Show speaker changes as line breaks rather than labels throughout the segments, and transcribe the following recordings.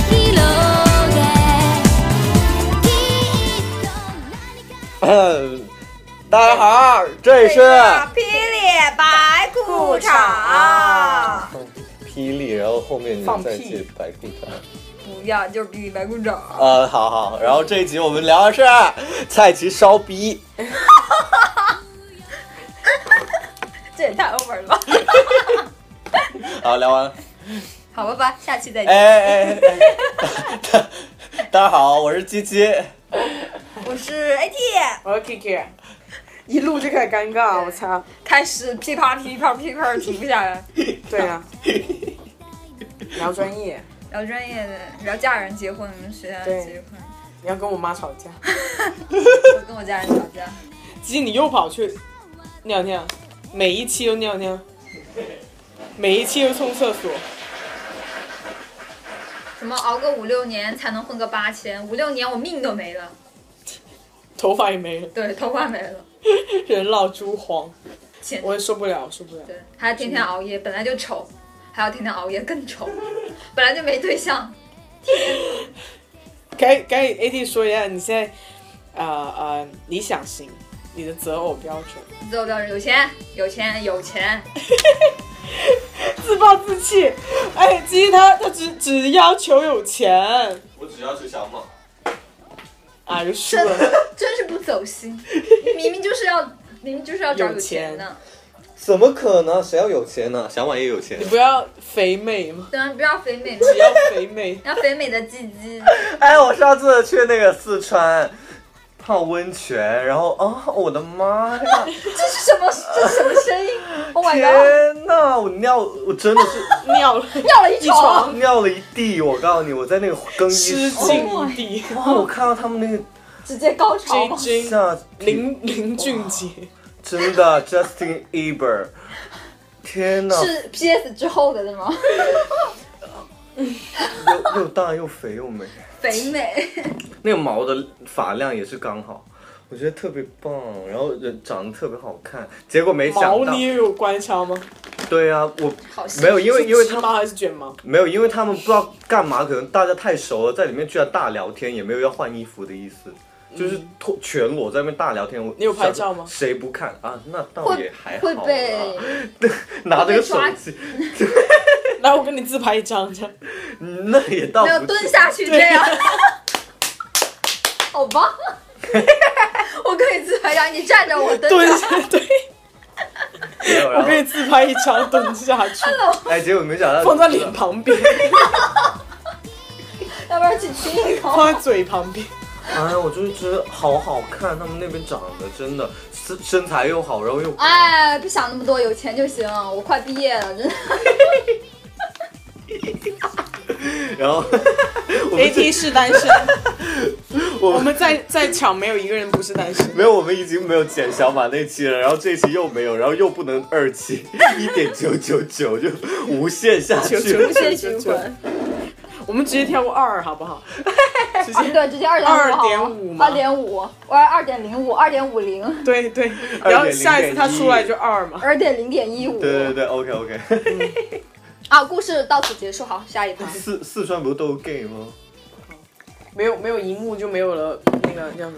里是
霹雳白裤衩，
霹雳，然后后面你
放
再
屁
接白裤衩。
不要就是霹雳白裤衩。
呃，好好，然后这一集我们聊的是 蔡奇烧逼，
这也太 over 了 吧！
好，啊聊完了。
好吧吧，下期再见。
哎哎哎哎， 大大家好，我是鸡鸡，
我是 AT，
我是 Kiki，一录就开始尴尬，我操！
开始噼啪噼啪噼啪停不下来，
对啊，聊专业，
聊专业的，聊嫁人、结婚、学校
对
结婚。
你要跟我妈吵架，
我跟我家人吵架，
鸡你又跑去尿尿，每一期都尿尿，每一期都冲厕所，
什么熬个五六年才能混个八千，五六年我命都没了，
头发也没了，
对，头发没了，
人老 珠黄，
钱
我也受不了，受不了。
对，还要天天熬夜，本来就丑，还要天天熬夜更丑，本来就没对象，
该该 AD 说一下你现在，呃呃，理想型，你的择偶标 准，
择偶标准有钱，有钱，有钱，
自暴自弃。哎，鸡他他只只要求有钱。
我只要求小猛，
啊，就输
真
了。
真是不走心，明明就是要明明就是要找有钱的，
怎么可能？谁要有钱呢？小马也有钱
你。不要肥美吗？
当啊然不要肥美嘛，，
只要肥美
要肥美的鸡鸡，
哎，我上次去那个四川泡温泉，然后啊、我的妈 呀！
这是什么？这是什么声音？Oh my god！
天呐，我尿，我真的是
尿 了
尿了一
一床
床，
尿了一地。我告诉你，我在那个更衣
失
室，
禁一地，
哇，我看到他们那个
直接高潮
追
吗？
军
下
林林俊杰，
真的 Justin Bieber，天呐，
是 PS 之后的是吗？
又又大又肥又美，
肥美，
那个毛的发量也是刚好，我觉得特别棒，然后人长得特别好看。结果没想
毛
到
你，也有关腔吗？
对啊，我
好幸福
没有，因为因为
是
他
直毛还是卷毛？
没有，因为他们不知道干嘛，可能大家太熟了，在里面居然大聊天，也没有要换衣服的意思，就是脱全裸在那边大聊天。我
嗯你有拍照吗
想谁不看啊？那倒
会
也还好
会
啦。
被
拿着
会
个
被
手
抓
机，
来，我跟你自拍一张，这样
嗯那也倒
没有
不
蹲
至于
下去这样， 好吧？我可以自拍让你站着，我蹲
蹲
着。
下， 对，啊
没有。
我
啊然
跟你
后
自拍一张，蹲下 去，
哎，结果没想到
放在脸旁边，
要不然去吃一口。
放在嘴旁边，
哎，我就是觉得好好看，他们那边长得真的身身材又好，然后又
哎，不想那么多，有钱就行。我快毕业了， 真的。
然后我们
AT 是单身，
我
我们在在场没有一个人不是单 身，
没有，我们已经没有剪小马那期了，然后这期又没有，然后又不能二期，一点九九九就无限下去
求求
了。
求求求，我们直接跳过二好不 好？直接
啊对，直接二点
2.5吗
二点五，我要二点零五，二点五零，
对对，然后下一次他出来就二嘛。
二点零点一五。
对对对，OK OK。
啊，故事到此结束，好，下一趴。
四四川不是都有 gay 吗？
没有没有荧幕就没有了那个叫什么？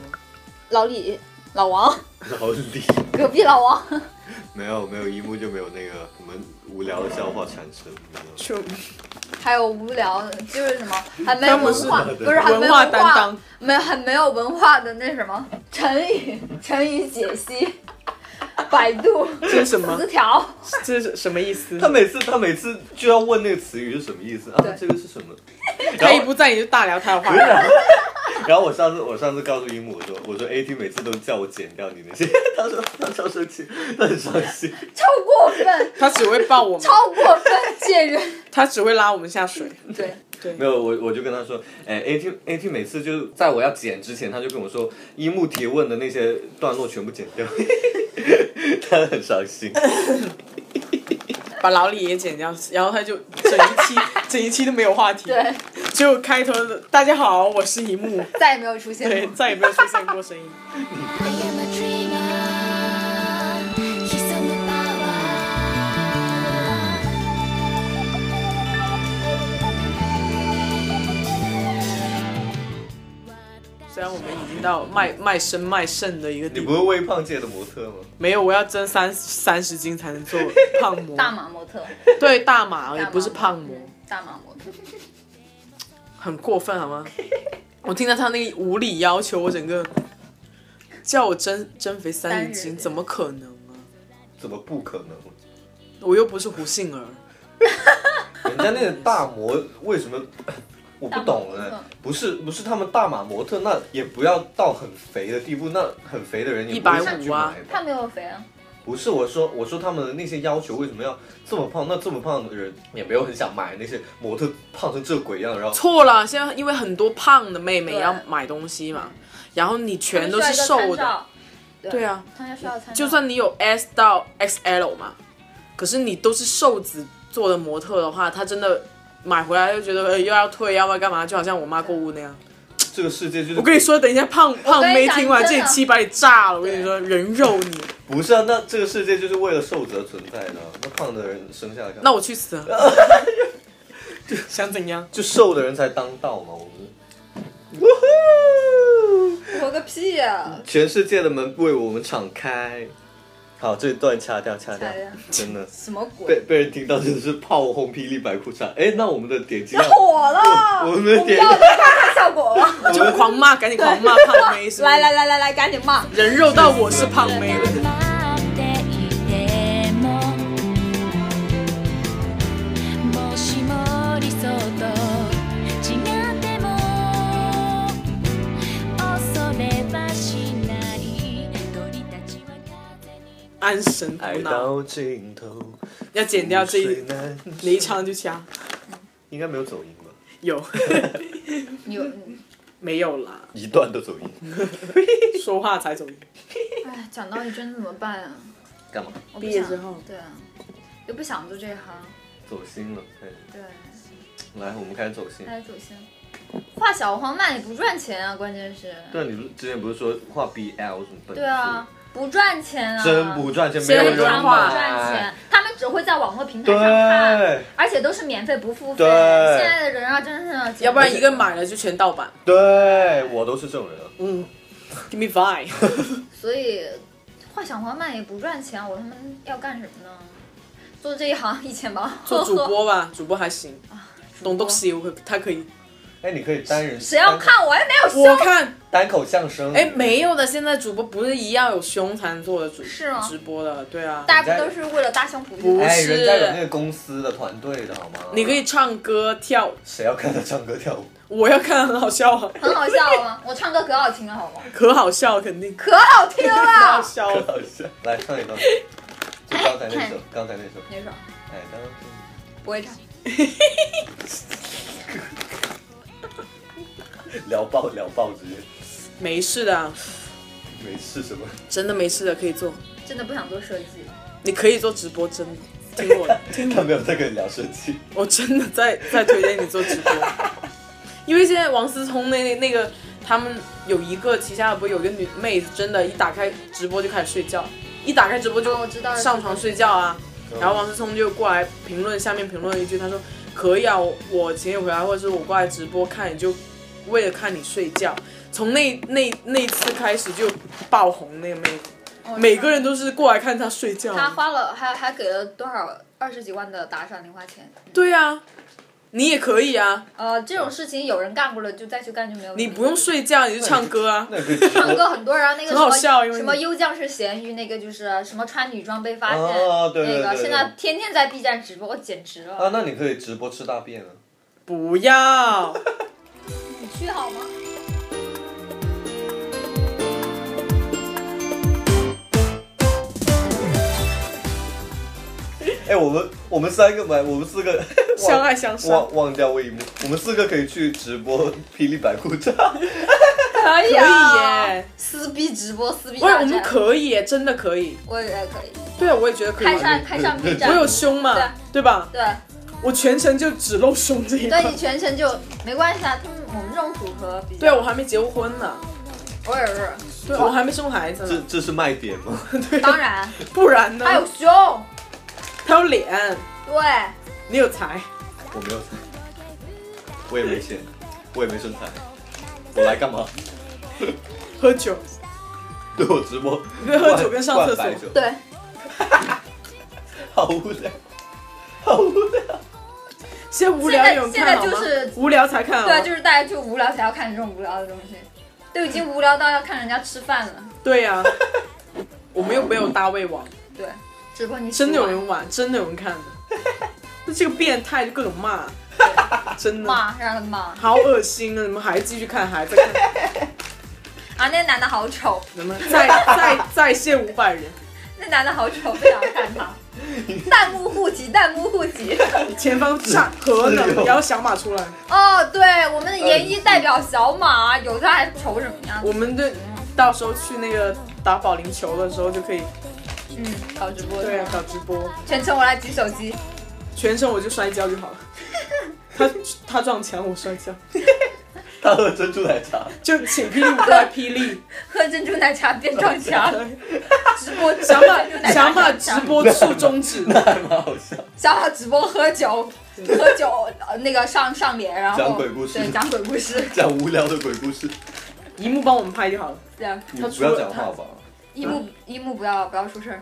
老李、老王，
老李
隔壁老王，
没有没有一幕就没有那个我们无聊的笑话产生。
就
还有无聊的，就是什么还没
他
有
们
文
是
化，
对对
不是还没有
文化担当，
没有很没有文化的那什么成 语，成语解析， 百度
这是什 么
词？条，
这是什么意思？
他每次他每次就要问那个词语是什么意思啊
对？
这个是什么？
他一不在你就大聊他的话
不，是啊然后我上次我上次告诉樱木我说我说 AT 每次都叫我剪掉你那些， 他说他超生气，他很伤心。
超过分，
他只会抱我们，
超过分，贱人。
他只会拉我们下水。
对，
没有我我就跟他说，哎 AT AT 每次就在我要剪之前，他就跟我说樱木提问的那些段落全部剪掉， 他很伤心。
把老李也剪掉，然后他就整一期整一期都没有话题。
对，
就开头的大家好，我是一木，
再也没有出现
对，
过。
再也没有出现过声音。
I am a dreamer. He's on the power. What
虽然我们已经到卖卖身卖肾的一个
你
地
不
步。
是微胖界的模特吗？
没有，我要增三三十斤才能 做胖模。
大码模特，
对大码，
大
哦也
码
不是胖模，
嗯大码模特，
很过分好吗？ 我听到他那个无理要求，我整个叫我增增肥三
三
十斤，
十
怎么可能啊？
怎么不可能？
我又不是胡杏儿。
人家那个大模为什么我不懂
大码模特
呢？不是不是他们大码模特，那也不要到很肥的地步，那很肥的人也不会想去
150啊
买吧
他没有肥啊，
不是我说我说他们的那些要求为什么要这么胖？那这么胖的人也没有很想买那些模特胖成这鬼样，然后
错了，现在因为很多胖的妹妹
对
要买东西嘛，然后你全都
他
是
们需要一
瘦
个参
的，
照，
对啊，
他们需要参照，
就算你有 S 到 XL 嘛，可是你都是瘦子做的模特的话，她真的买回来就觉得、呃又要退，要不要干嘛，就好像我妈购物那样。
这个世界就是
我跟你说，等一下胖胖妹听完
真
这
的
一期把你炸了，我跟你说人肉你，
不是啊？那这个世界就是为了瘦子而存在的，啊那胖的人生下来干嘛
那我去死啊！想怎样？
就瘦的人才当道嘛，我们。
活个屁呀！
全世界的门为我们敞开。好，这一段掐掉，掐掉
掐掉，
真的
什么
被
鬼？
被人听到真的是炮轰霹雳白裤衩。哎，那我们的点 击量，
火了！
我我
我们
们点
要看看效果吧。
就狂骂，赶紧狂骂胖妹是不是
来来，来来来，赶紧骂！
人肉到我是胖妹了。
っていてももしも理想と違っても恐れはしない鳥たちは風に
安神头
爱
脑，
到尽头。
要剪掉这
水
一
难
你一唱就掐，
应该没有走音吧？
有
你有哎
没有啦？
一段都走音，
嗯说话才走音。
哎，讲道理真的怎么办啊？
干嘛？
我不
毕业
想
之后
对啊，又不想做这一行，
走心了，开始。
对，
来，我们开始走心。
开始走心。画小黄漫也不赚钱啊，关键是。
对，你之前不是说画 BL 什么本？
对啊，，不赚钱啊，
真不赚钱，没
谁
有
非
人
常
买。
不赚钱，他们只会在网络平台上看，
哎对
而且都是免费不付费。
对
现在的人啊，真是，
要不然一个买了就全盗版。
对，我都是这种人啊。
嗯，Give me five。
所以画小黄漫也不赚钱，我他妈要干什么呢？做这一行一千吧，
做主播吧，主播还行。
啊
懂东西，我会他可以。
哎，你可以单人。
谁要看我还没有
我
胸？
看，
单口相声？
哎，没有的，现在主播不是一样有胸才能做的主
是吗
直播的，对啊。
大家不都是为了大胸脯
不
去？
哎，
是
人家有那个公司的团队的好吗？
你可以唱歌跳舞，
谁要看他唱歌跳舞？
我要看很好笑啊，
很好笑吗？我唱歌可好听了，好吗？
可好笑了，肯定可
可好听
好
了。
笑了。
好笑！来唱一段，就刚才那首，刚才那首。
哪首？
哎，刚刚
不会唱。
聊爆聊爆直接，
没事的啊，
没事什么？
真的没事的，可以做。
真的不想做设计，
你可以做直播，真的。听我的，听我
他
的
没有在跟你聊生气，
我真的在在推荐你做直播，因为现在王思聪那那那个他们有一个旗下的不是有一个女妹子，真的，一打开直播就开始睡觉，一打开直播就
哦我知道了
上床睡觉啊。然后王思聪就过来评论，下面评论了一句，他说：“可以啊，我我请你回来，或者是我过来直播看你就为了看你睡觉。”从那那那次开始就爆红那个妹子，每个人都是过来看她睡觉。
他花了还还给了多少二十几万的打赏零花钱。
对啊，你也可以啊，
呃，这种事情有人干过了就再去干就没有。
你不用。睡觉，你就唱歌啊。
那个
唱 歌很多人啊，那个什
很好
么
笑因为
什么优酱是咸鱼，那个就是什么穿女装被发现，
哦对对
那
对
个
对
现在天天在 B 站直播，我简直了。
啊，那你可以直播吃大便啊。
不要，
你去好吗？
哎，我们我们三个买，我们四个
相爱相杀
忘忘掉魏一木，我们四个可以去直播霹雳白裤衩。
可以
啊可以耶
哎撕逼直播，撕逼
喂，
大
我们
战，
可以耶，真的可以。
我也可以
对啊，我也觉得可
开
以。
上开上 B 站。
我有胸嘛
对啊，
对吧？
对
我全程就只露胸这一块
对，。你全程就没关系啊，他们我们这种组合比较。
对啊，我还没结过婚呢，
我也是，
对啊，我还没生孩子
这
呢，
这是卖点吗？
当然
不然呢？
还有胸，
他有脸，
对。
你有才，
我没有才，我也没钱，我也没身材，我来干嘛？
喝酒，
对我直 播，
喝酒跟上
灌
厕所
白酒
对，
好无聊，好无聊。
现在无聊也有人
现在
看好吗？
现在就是
无聊才看好吗哦
对啊，就是大家就无聊才要看这种无聊的东西，都已经无聊到要看人家吃饭了。
对呀、我们又没有大胃王，
对，只不过你喜
真
欢
的有人玩，真的有人看的。那这个变态就各种骂，真 的
骂，让他骂
好恶心啊！你们还继续看，还在看，
啊！那男的好丑，
你们再再再限五百人，
那男的好丑，不想看他。 弹幕户籍，弹幕户籍。
前方炸核能，然后小马出来，
哦，对，我们的研一代表小马，有他还丑什么样
呃我？们的到时候去那个打保龄球的时候就可以，
嗯，搞直播
对
对
啊，，搞直播，
全程我来举手机，
全程我就摔跤就好了。 他他撞墙，我摔跤，
他喝珍珠奶茶，
就请霹雳舞过来霹 雳。
喝珍珠奶茶变 撞墙，直播
小
珍珠
马
奶茶
小马
变
直
撞墙
播竖中指，
那还蛮好笑。
小马直播喝酒，喝酒呃那个上上联，然后
讲鬼故事
对，讲鬼故事，
讲无聊的鬼故事，
一幕帮我们拍就好了，
这样
你
他
们
除
不
了
要讲话吧。
啊一木一木不要不要出声，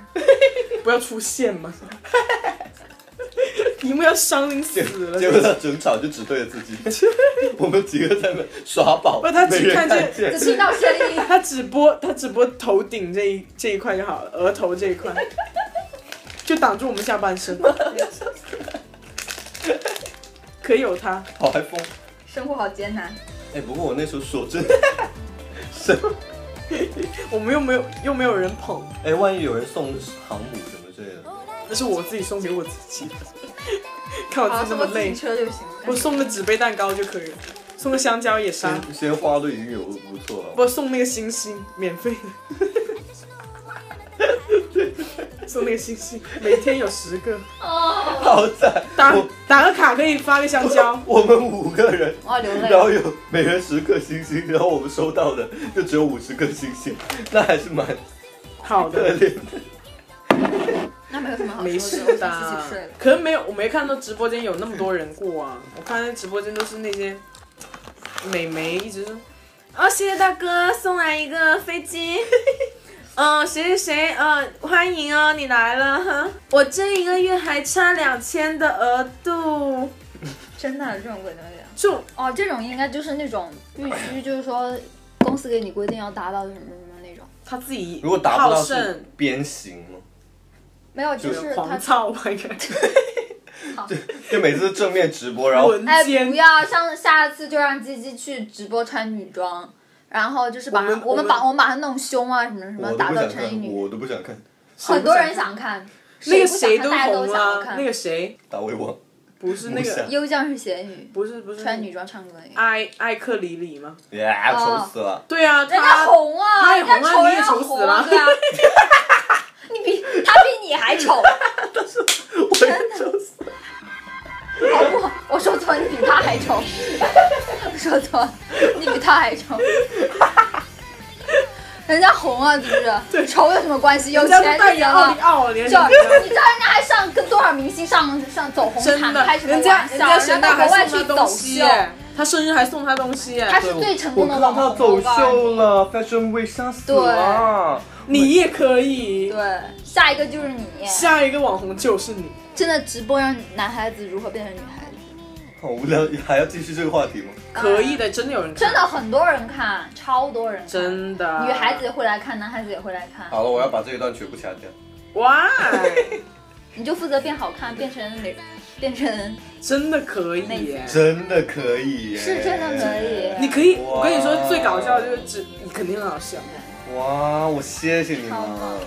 不要出现嘛。 一幕要伤心死
结
了，
结果他整场就只对着自 己，我们几个在那耍宝，
不他只
没人
看
看
见
只听到声音，
他只播他只播头顶这一这一块就好了，额头这一块，就挡住我们下半身。可以有他，
好还疯。
生活好艰难。
哎，不过我那时候说真的， 是
我们又没有又没有人捧，
哎，万一有人送航母什么之类的，
那是我自己送给我自 己，看我
好，
自
坐
己那么
自
累
行，车就行了。
我送个纸杯蛋糕就可以了，送个香蕉也杀。
先先花都已经有不错了。
不送那个星星，免费的。送那个星星，每天有十个，
哦，
好在
打
我
打个卡可以发个香 蕉，
我们五个人，
我要哦流泪
然后
了。
有每人十颗星星，然后我们收到的就只有五十颗星星， 那还是蛮
好
可
的，
怜的。
那没有什么好哦说的，
没
我
事的
自
啊
己睡了。。
可是没有，我没看到直播间有那么多人过啊，我看那直播间都是那些美眉一直说，哦，谢谢大哥送来一个 飞机。嗯，谁谁谁，嗯，欢迎哦，你来了。我这一个月还差两千的额度，
真的这种鬼东西啊。
就
哦，这种应该就是那种必须，就是说公司给你规定要达到什么什么那种。
他自 己
如果达不到
好
是
胜，
鞭刑吗？
没有，就
就是
他
狂躁吧应该。
就每次正面直 播，然后
轮
哎，
奸
不要上下次就让鸡鸡去直播穿女装，然后就是把
我们
我
我
们
们
把我们把她弄胸啊什么什
我
么
都
打
不
造
想
成一
看，
女，
我都不想看
很多人想看，
那个
不想
谁
看，
都
大家
红
都想要
了，
看
那。个谁
大胃
哦
王，
不是
我
那个
想
优酱是咸鱼，
不是不是
穿女装唱歌那个，
艾艾克里里吗？
呀，
哦
丑死了！
对啊，
人家
他
红啊，
他也
人
红啊
家丑人家
你也丑死
红
了
啊，对啊。 你比他比你还 丑，
我也丑死了。
好不好？哦我说错，你比他还丑。 我说错，了，你比他还丑。人家红啊，是不是？丑有什么关系？有
人家
钱
都代
就
言
行
奥利
了。
奥了，
就
连
你知道人家还上跟多少明星上上走红
真
毯，
的
开，什么
人
玩
家
笑？
人家
人
神
到
大
国外
还
去
送他东
走
西
秀，
耶，他生日还送他东西耶，
他是最成功的网
我看
红。
他走
我告诉你
秀了，Fashion Week 上死啊了。
你也可以。
对，下一个就是你，
下一个网红就是你，
真的直播让男孩子如何变成女孩子，
好无聊，还要继续这个话题吗？
可以的，真的有人看，
嗯真的很多人看，超多人看，
真的，哦
女孩子也会来看，男孩子也会来看，
好了，我要把这一段全部掐掉。
，why？
你就负责变好看，变成 美，变成
真的可以耶，
真的可以耶，
是真的可以
你可以，
哇
我跟你说最搞笑的就是只你肯定很好笑，
哇，我谢谢你们啊
好棒。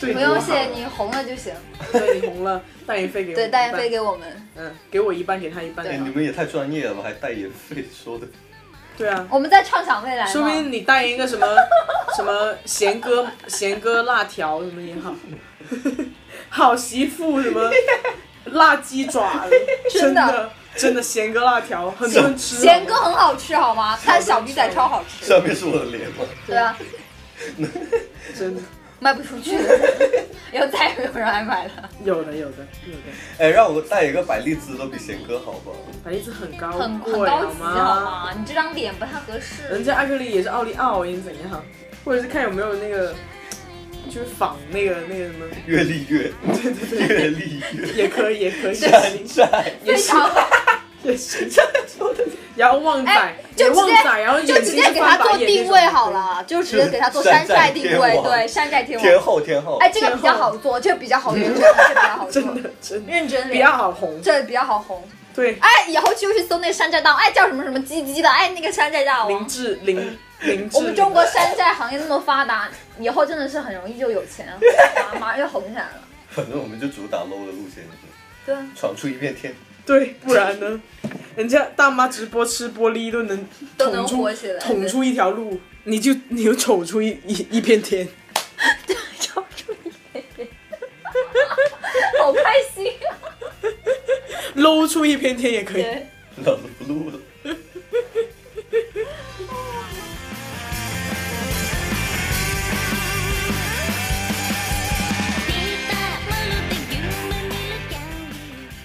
对，
不
多
用
好
谢，你红了就行。
对你红了，代言费给
嗯
我
对，
一
代言
半
费，给我们，
嗯，给我一半，给他一半
哎，
就好
你。们也太专业了吧，还代言费说的。
对啊，
我们在畅想未来
说不
嘛。
定你代言一个 什么什么贤哥贤哥辣条什么也好，好媳妇 什么辣鸡爪的，真
真的
的真的贤哥辣条，很多人吃。
贤哥很好吃，好吗？他的小鱼仔超好吃。
上面是我的脸吗？
对啊，
真的
卖不出去的，以后再也没有人爱买了。
有的有的有的，
哎，让我带一个百丽兹都比贤哥好吧？
百丽兹很高
很很
贵啊嗯
高级好
吗？
吗？你这张脸不太合适。
人家艾克力也是奥利奥，你怎样？或者是看有没有那个，就是仿那个那个什么，
越丽越，对对对，越丽越。
也可以也可以，
山寨，
也行也行，然后旺仔
哎，
也
就直
旺
接
仔，然后
就
眼
直
睛
接给他
翻白
做
眼
定
那
位
种
好，了，就直接给他做山寨定
山寨
位，
天王
对，山寨天
天
王。
后天后。
哎，这个比较好做，这个比较好 圆润，这个比较好做，
真的真的
认真
比较
脸，
好红，
这个比较好红。
对，
哎，以后就是搜那个山寨大王，哎，叫什么什么鸡鸡的，哎，那个山寨大
林
王。
志玲林志，
我们中国山寨行业那么发达，以后真的是很容易就有钱，啊 马马上就红起来了。
反正我们就主打 low 的路线，
对，
闯出一片天。
对，不然呢？人家大妈直播吃玻璃都能
都能
捅出
火起来
捅出一条路，你就你就瞅出一一一片天。
超注意，好开心啊！
搂出一片天也可以。
对
老子不录了。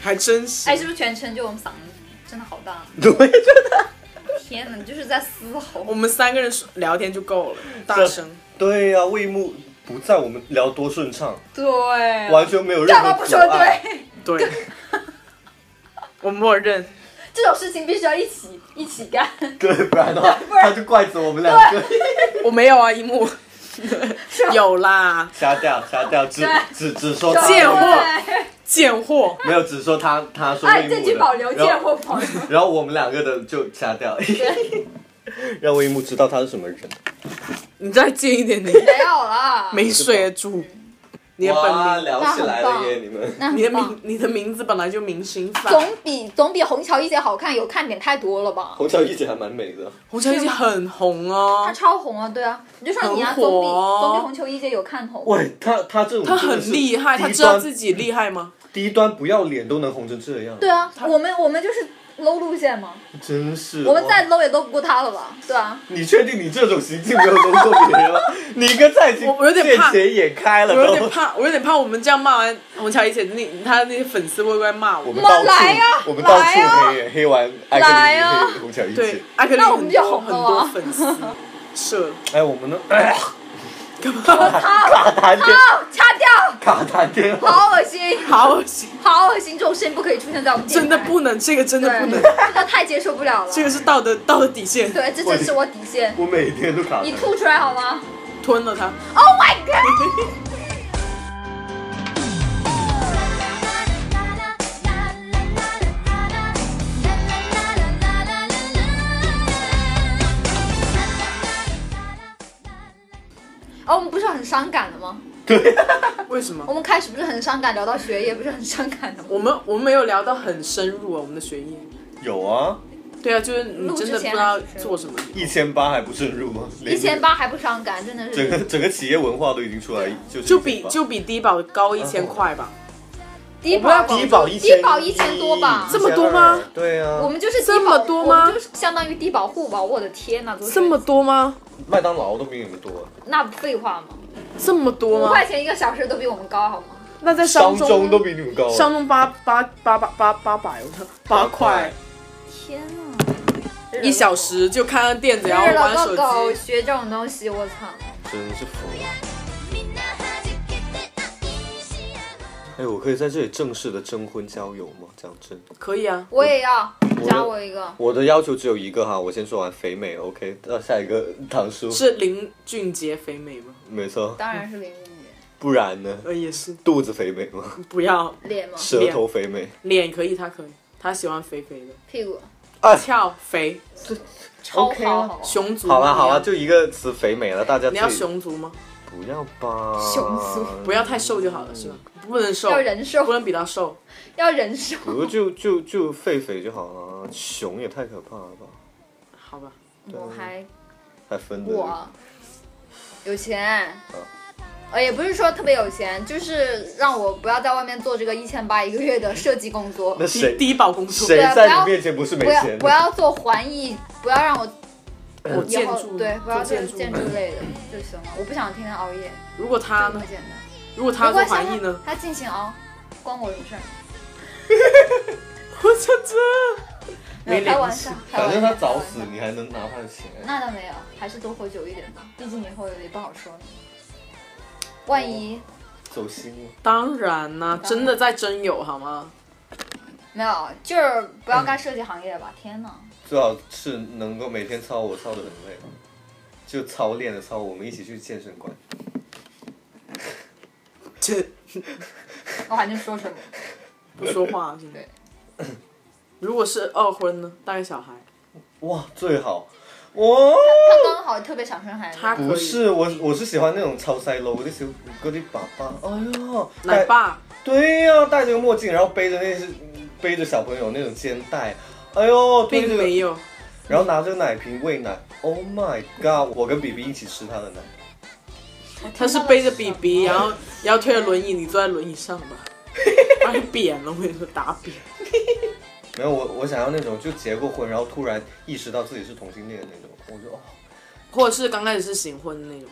还真是。
哎，是不是全程就我们嗓音真的好大？
对，真的。
天哪，你就是在嘶吼
我。们三个人聊天就够了，大声。
对呀、魏木不在，我们聊多顺畅，
对，啊
完全没有任
干嘛
何
不
阻
说
碍。
对？
对，我默认。
这种事情必须要一起一起干。
对，不然的话他就怪死我们两个。
我没有啊，一木。 有啦，
掐掉，掐掉，只
对
只只说他
贱货
对，
贱货。
没有，只说他他说魏
哎，
木的。
这句保留
然
见
后
或朋友。
然后我们两个的就掐掉， 让魏木知道他是什么人。
你再贱一点， 你
没有了，
没水煮。你的
哇，
本名，
聊起
那
来
很
了
棒
耶，你们。
那
你的
很棒
名，你的名字本来就明星范。
总比总比虹桥一姐好看，有看点太多了
哦
吧？
红桥一姐还蛮美的，
红桥一姐很红哦
他，超红啊，对啊，你就说你啊，
很
总比
火
总比红球一姐有看头。
喂，他他这种
她
真的
很
是
厉害，她
低
知道
端
自己厉害吗？
低端不要脸都能红成这样，
对，啊，我们我们就是 low 路线嘛，
真是。
我们再
哇
low 也 low 不过他了吧？对啊，
你确定你这种行径没有弄过别人吗？你跟蔡琴
我我有点怕
见血也开了，
我有点
都
怕，我有点怕，我们这样骂完红桥一姐，那她那些粉丝会不会骂我
我？们到处
来呀
我们到处
来呀
黑黑完艾
来
克
呀
力黑红桥一姐
对。，艾克力
那我们
很
就
多
红
很
了啊
多粉丝射
哎，我们呢？哎
干嘛？
卡痰天，
哦，掐掉，
卡痰天后，
好恶心，
好恶心，
好恶心，这种声音不可以出现在我们电
真
台
的不能，这个真的不能，
对，这个太接受不了了。
这个是道德道德底线，
对，这真是我底线，
我每天都卡
你
痰。
吐出来好吗
吞了它。
？Oh my god！
哦，我们不是很伤感的吗？
对，
为什么
我？们开始不是很伤感，聊到学业不是很伤感的吗？
我们我们没有聊到很深入啊，我们的学业。
有啊，
对啊，就是你真的不知道做什么。
一千八还不慎入吗？
一千，八还不伤感，真的
整
是
个整个企业文化都已经出来，就是
就比
1800
就比低保高一千块吧，
嗯
低
我
保
不
低
知道
保一千，
低保一千多吧
这么多吗
1200？对啊，
我们就是低保
这么多吗
我们就是相当于低保户吧？我的天呐，都是
这么多吗？
麦当劳都比你们多。
那不废话吗？
这么多
五
吗？
块钱一个小时都比我们高好吗？
那在
商
商
中都
中，
比你们高啊。
商中八八八八八八百，我操，八块
天呐，
一小时就看看电子，然
日
后
了
玩
个
手
狗，
机。
学这种东西，我操！
真是服了。哎，我可以在这里正式的征婚交友吗？讲真，
可以啊，
我也要
的
加我一个。
我的要求只有一个哈，我先说完肥美，OK，到下一个唐叔，
是林俊杰肥美吗？
没错，
当然是林俊杰，
不然呢？
呃，也是，
肚子肥美吗？
不要
脸
嗯
吗？
舌头肥美？
脸可以，他可以，他喜欢肥肥的，
屁股
哎
翘肥，
超
OK
好
啊
好吧，
熊族。
好了好了，
你
就一个词肥美了，大家
要你要
自己
熊族吗？
不要吧？
熊族
不要太瘦就好了，是吧？不能瘦，
嗯要人瘦
不能比他瘦。
要忍受。
不就就就狒狒就好了，熊也太可怕了吧？
好吧，
我还
还分的
我有钱，
嗯
呃，也不是说特别有钱，就是让我不要在外面做这个一千八一个月的设计工作
那，
第
谁
第一保工作
谁，
对啊不
在
要
你面前不是没
不要
钱的？
不要做环艺，不要让我
我
以
建
后
筑，
对不要做
做建筑
建。筑类的就行了，我不想天天熬夜，
如果他
就这
呢
么？简单。
如果他
没
做
关系
华
啊
裔呢？
他他尽情熬，关我什么事儿？
我操这！
没
没
有开玩
良
笑
心，，
开玩
反正
笑
他早死
开玩，笑
你还能拿他的钱。
那倒没有，还是多活久一点吧，毕竟以后也不好说呢。万一
走心了，
当然啦、真的在真有好吗？
没有，就是不要干设计行业吧。天哪，
最好是能够每天操我，操的很累，就操练的操，我们一起去健身馆。
这
我还能说什么？
不说话真的
对。
如果是二婚呢，带个小孩，
哇，最好。哇！
他刚好特别想生孩子，
他
不
可以
是我，我是喜欢那种超塞楼的小哥的爸爸。哎呀，
奶
戴
爸，
对呀、戴着个墨镜，然后背着那是背着小朋友那种肩带，哎呦，推着
并
个
没有。
然后拿着个奶瓶喂奶，Oh my god！我跟 B B 一起吃他的奶，
他是背着 BB，然后然后推着轮椅，你坐在轮椅上吧，把你扁了，我跟你说打扁。
没有我我想要那种就结过婚，然后突然意识到自己是同性恋的那种，我就哦，
或者是刚开始是行婚的那种，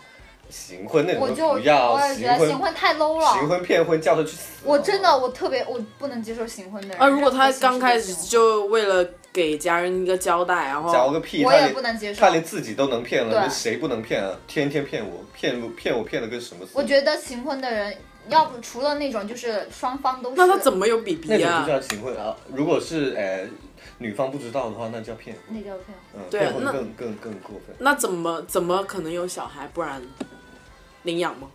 行婚那
我
种
就
都不要
我，也觉
行
得
婚
行婚太 low
行
了。
婚骗婚叫他去死！
我真的，我特别，我不能接受行婚的人。
啊，如果
任
他
何形式的
刚开始
行
就为了给家人一个交代，然
嚼
后
个屁，
我
他
也
连
不能接受
他连自己都能骗了，
对
那谁不能骗啊？天天骗我，骗我骗我骗的跟什么似的？
我觉得行婚的人，要不除了那种就是双方都是，
那他怎
么
么有
那
BB
种
啊
就？叫行婚啊，如果是呃女方不知道的话，那叫骗。
那叫骗婚？
嗯，
对
骗婚
那
更更更过分。
那怎么怎么可能有小孩？不然领养吗？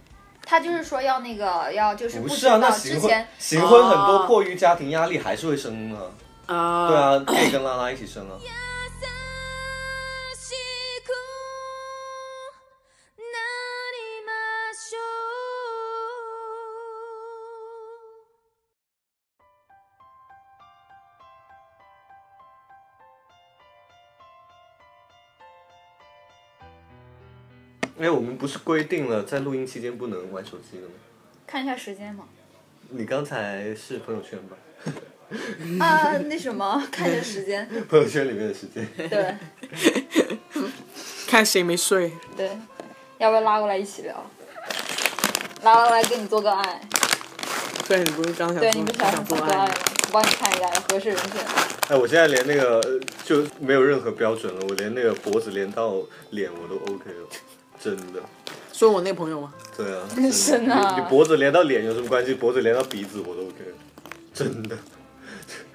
他就是说要那个要就是
不
知
是啊，
道
那
之
行婚
前
行婚很多
哦
迫于家庭压力还是会生啊。
啊，
对，啊，可以跟拉拉一起生啊。
しくなりましょう
因哎为我们不是规定了在录音期间不能玩手机的吗？
看一下时间嘛。
你刚才是朋友圈吧？
啊，那什么，看着时间，
朋友圈里面的时间。
对
看谁没睡。
对，要不要拉过来一起聊？拉过来跟你做个爱，
对你不是刚想
对
说
你不是
想
做
做
个爱
爱
吗？我帮你看一下有合适人选。
哎，我现在连那个呃就没有任何标准了，我连那个脖子连到脸我都 OK 了，真的。
说我那 朋友吗？
对啊，真的
是呢
你你脖子连到脸有什么关系？脖子连到鼻子我都 OK，了真的，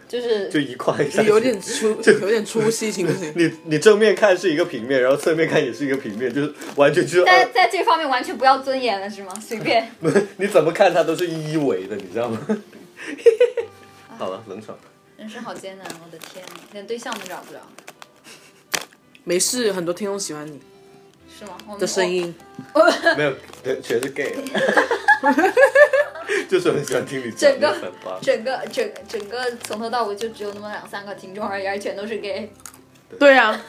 就是
就一块一下
你
去。
有点出有点出息行不行？
你你正面看是一个平面，然后侧面看也是一个平面，就是完全就是
在在这方面完全不要尊严了是吗？随便。
呃 你怎么看它都是一维的，你知道吗？ 好了，冷场。
人生好艰难，我的天，连对象都找不着，
没事，很多听众喜欢你
是吗？我们
的声。音。
没有，全全是 gay，就是很喜欢听你讲
整
那
个
三八。
整个整整个从头到尾就只有那么两三个听众而已，而全都是 gay。
对啊，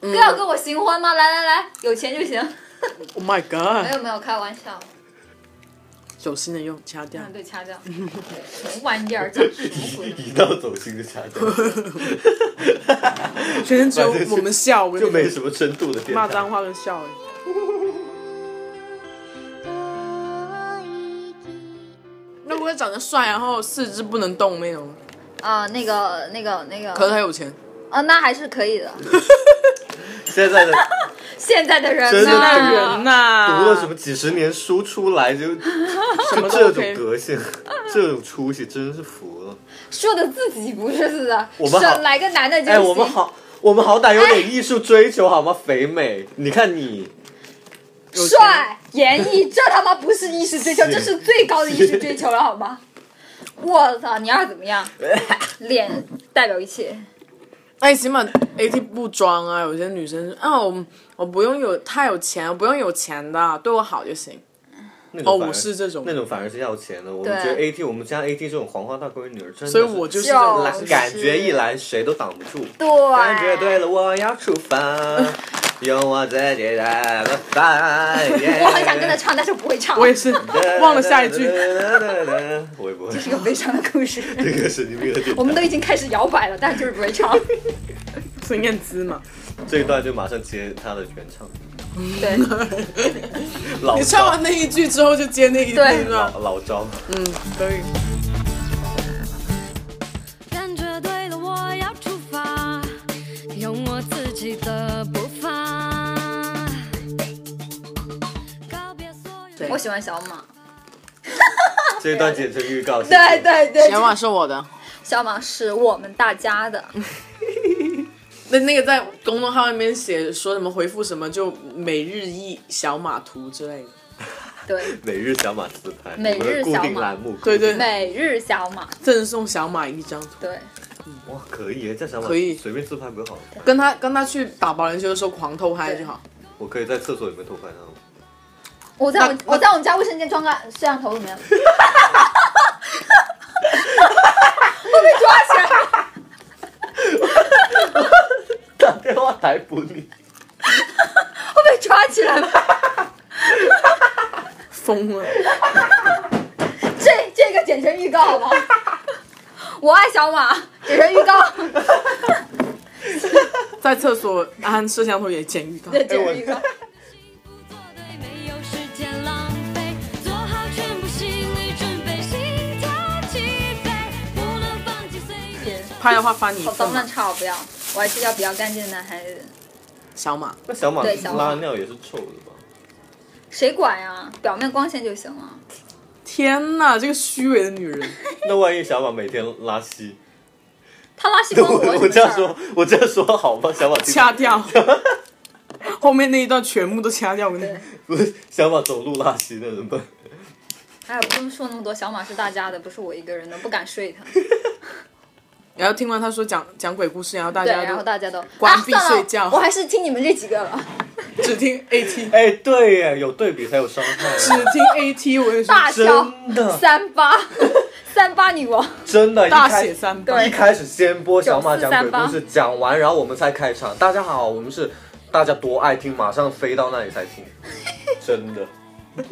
哥要跟我行婚吗？来来来，有钱就行。
Oh my
没
god！
有没有，开玩笑，
手心的用掐掉
嗯，。对，掐掉。什么玩意儿？讲什么鬼呢？
一到走心就掐掉，
全身只有我们笑，我跟
就
你
没
说
什么深度的电
骂
台。
脏话跟笑 而已。那如果长得帅，然后四肢不能动那种，
啊，那个那个那个，
可是他有钱，
啊，那还是可以的。
现 在的
现在的人
真的
呐、
是
人啊呐、
读了什么几十年书出来就 就
么都
这
OK
种德性， 这种出息真是服 了。
说的自己不是似的，
我们好
说来个男的就行。
哎，我们好，我们好歹有点艺术追求好吗？肥
哎
美，你看你，
有钱
帅、演艺，这他妈不是艺术追求，
是
这是最高的艺术追求了，好吗？我操，你要是怎么样？脸代表一切。
哎，起码 AT 不装啊，有些女生啊，我我不用有太有钱，我不用有钱的，对我好就行。
那种
哦
反而
我是这种
那种反而是要钱的。我们
对
觉得 AT，我们家 AT 这种黄花大闺女儿，真的是
所以我就是这哎
就
种
来
是
感觉一来谁都挡不住。
对，
感觉对了，我要出 发，用我自己的办法。
我很想跟他唱，但是我不会唱。
我也 是忘了下一句，
我也不会。
这个悲伤的故事，
这个神经病的点
我们都已经开始摇摆了，但是就是不会唱。
孙燕姿嘛。
这一段就马上接他的原唱。
对，
老
你唱
招
完那一句之后就接那一句
对
是吧？
老老 招，
嗯，可以。
感觉对了，我要出发，用我自己的步伐。告别所有。
我喜欢小马。
这一段剪成预告。谢谢
对对对，
小马是我的，
小马是我们大家的，
那那个在公众号里面写说什么回复什么，就每日一小马图之类的。
对，
每日小马自拍，
每
我们
日
的固
小
定
马
栏目。
对对
每日小马，
赠送小马一张图。
对，
哇，可以耶，这小马
可以
随便自拍不就好了？
跟他跟他去打保龄球的时候狂偷拍就好。
我可以在厕所里面偷拍他吗？
我在我
那
我在我们家卫生间装个摄像头怎 么样？会被抓起
打
来，
电话逮捕你！
会被抓起来吗？
疯 了！
这这个剪成预告好不好？ 我爱小马，剪成预 告，
在厕所安摄像头也监狱到。
对，剪成预 告。
做对，没有时间浪费，做好全部心理准备，心跳起飞，不能放弃岁月。
拍的话发你一
好
份
脏
嘛
乱，差，我不要，我还是要比较干净的男孩子。
小马。
那小马
对小马
拉尿也是臭的吧？
谁管呀？表面光鲜就行了。
天哪，这个虚伪的女人，
那万一小马每天拉稀，
他拉稀光 我
我我这样
什么事儿
说，我这样说好吗？小马听
掐掉。后面那一段全部都掐掉，我跟你讲。
不是小马走路拉稀那怎么办？
哎呀，不用说那么多，小马是大家的，不是我一个人的，不敢睡他。
然后听完他说讲讲鬼故事，然后大
对，
家
然后
都
大家都
关闭
啊算了
睡觉
我还是听你们这几个了。
只听 AT，
哎，对耶，有对比才有伤害，啊
只听 AT，我跟你说，
大啊笑
真的
三八 三八女王，
真的，一
大
开
写三八。
对
一开始先播小马讲鬼故
9438
事，讲完然后我们才开场。大家好，我们是大家多爱听，马上飞到那里才听，真的。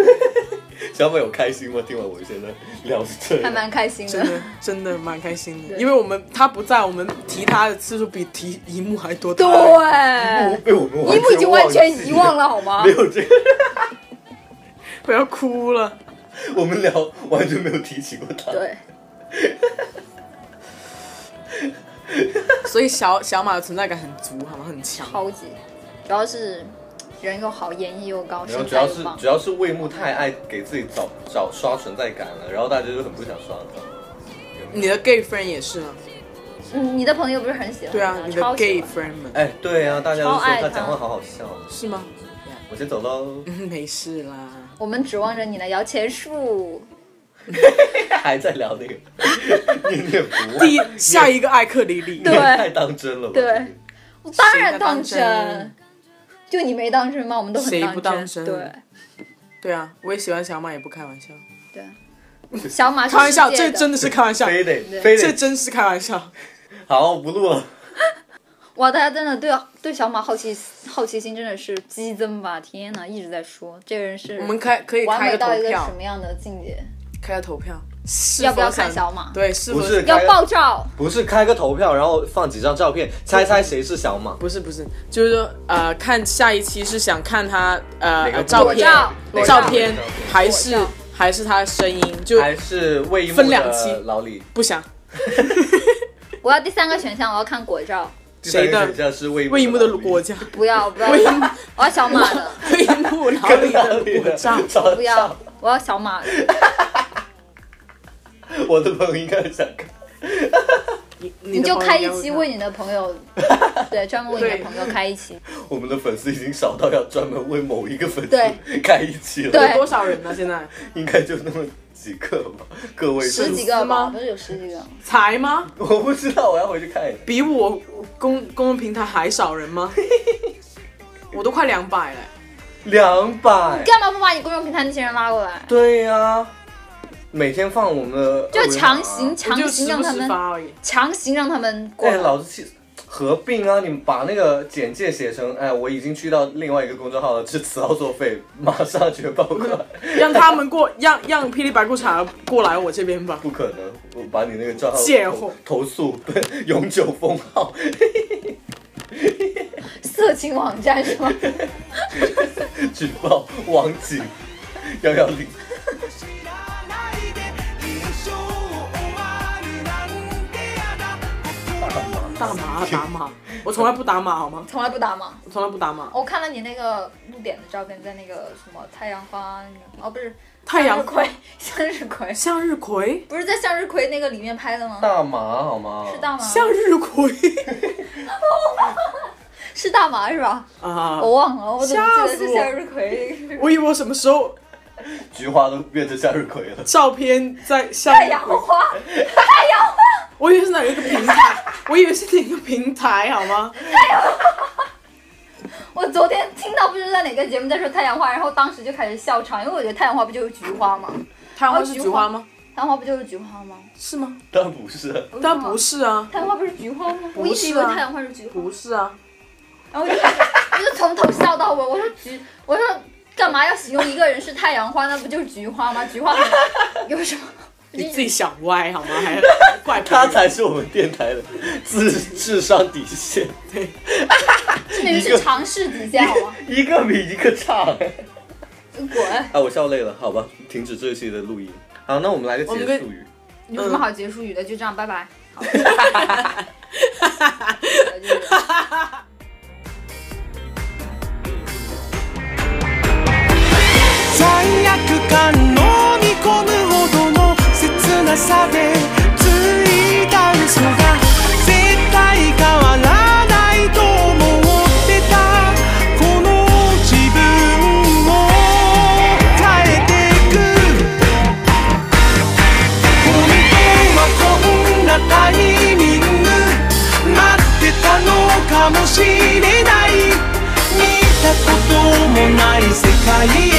小马有开心吗？听完我们现在聊这
还
个，
蛮开心
真
的。
的真的蛮开心的，
对
因为我们他不在，我们提他的次数比提一幕还多。
对，
被我们
一
完
幕已经完全遗忘
了，
了，好吗
没？有这个，
不要哭了。
我们聊完全没有提起过他。
对，
所以小小马的存在感很足，好吗？很强。
超级，主要是人又好，演技又高，
然后
身
主
材
要
又
是
棒
主。要是魏木太爱给自己找找刷存在感了，然后大家就很不想刷了。
你的 gay friend 也是啊，
嗯，你的朋友不是很喜欢
对啊，
他
你的
超
gay
喜欢。
friend 们
哎，对啊，大家都说
超爱
他
他
讲话好好笑。
是吗？
我先走喽，
嗯 没事啦，
我们指望着你来摇钱树。
还在聊那个，你也 不
第
会，
一下一个艾克里里，
你
对
也太当真了吧？
对，我当
谁
然
不当
当
真
真。就你没当真吗？我们都很
谁
当
不当真
对
对啊，我也喜欢小马，也不开玩笑，
对，小马是
开玩笑，
世界
这
的
真的是开玩笑，
非得非
这
得
真是开玩笑。
好不录了。
哇，大家真的对对小马好奇好奇心真的是激增吧！天哪，一直在说这个人是
我们开可以
完
开
美
个投
到一个
票
什，么样的境界？
开个投票，
要不要
是否想
看小马
对，是否
不是
要爆照，
不是开个投票，然后放几张照片，猜猜谁是小马？
不是不是，就是说呃，看下一期是想看他呃
哪个
呃照
裸
片
照裸
照
照
裸
片
照
还是
裸照
还是他的声音，就
还是魏一木
分两期
的老李？
不想
我要第三个选项，我要看果照，
谁的
第三个选项是魏
魏一木的国
国
家，
不 要不要，
魏一木
我要小马 的，
魏一木老
跟
李
老
的
李
国
的
家，
照
不要，我要小马的，
我的朋友应该很想看。
你
你就开一期为
问，
你的朋 友，对，专门为你
对
的朋友开一期，
我们的粉丝已经少到要专门为某一个粉丝
对
开一期了，
对
有多少人呢？现在
应该就那么几个吧，各位
十几
粉丝
个
吗
吧，不是有十几个，
才吗？
我不知道，我要回去看一下。
比我公公众平台还少人 吗？我都快两百了，
两百，
干嘛不把你公众平台那些人拉过来？
对呀、每天放我们的
就
二维码
强行
我
强
就
行
时不
让他
时
们
发而已。
强行让他们过
哎，
来。
老子去合并啊！你们把那个简介写成，哎，我已经去到另外一个公众号了，是此操作费，马上绝爆款。
让他们 过，让让霹雳白裤衩过来我这边吧。
不可能，我把你那个账号
贱
投
货
投诉，永久封号。
色情网站是吗？
举报网警 幺幺零。
知らないで一生終わるなんてやだ
打码打码，我从来不打码好吗？
从来不打码。
我从来不打码。
我看了你那个露点的照片，在那个什么太阳花那个，哦不是
太阳
向日葵， 向日葵
向日葵，
不是在向日葵那个里面拍的吗？
大麻好吗？
是大麻，
哦向日葵
是大麻是吧？
啊！
我忘了，我怎么记
吓死
得是
我
向日葵？
我以为我什么时候
菊花都变成向日葵了。
照片在向
太
日
阳
葵，
花，
我以为是哪一个平 台，我以为是哪个平台啊好吗？
我昨天听到不知道在哪个节目在说太阳花，然后当时就开始笑场，因为我觉得太阳花不就是菊花吗？
太阳花是哦菊花吗？
太阳花不就是菊花吗？
是吗？
但不是，
但不是啊，
太阳花不是菊花吗？
不
我一直以
是
为
啊
太阳花是菊花，
不是啊，
然后我就开始我就从头笑到尾。我说菊，我说干嘛要形容一个人是太阳花？那不就是菊花吗？菊花 有什么？
你自己想歪好吗？ 还怪别
他
人
才是我们电台的智智商底线，
这明明是尝试底线好吗？
一个比一个差。
滚！
啊，我笑累了，好吧，停止这一期的录音。好，那我们来个
我们
结
跟
束语。
有什么好结束语的？就这样，拜拜。好 就是
罪悪感飲み込むほどの切なさでついた嘘が絶対変わらないと思ってたこの自分を変えてく本当はこんなタイミング待ってたのかもしれない見たこともない世界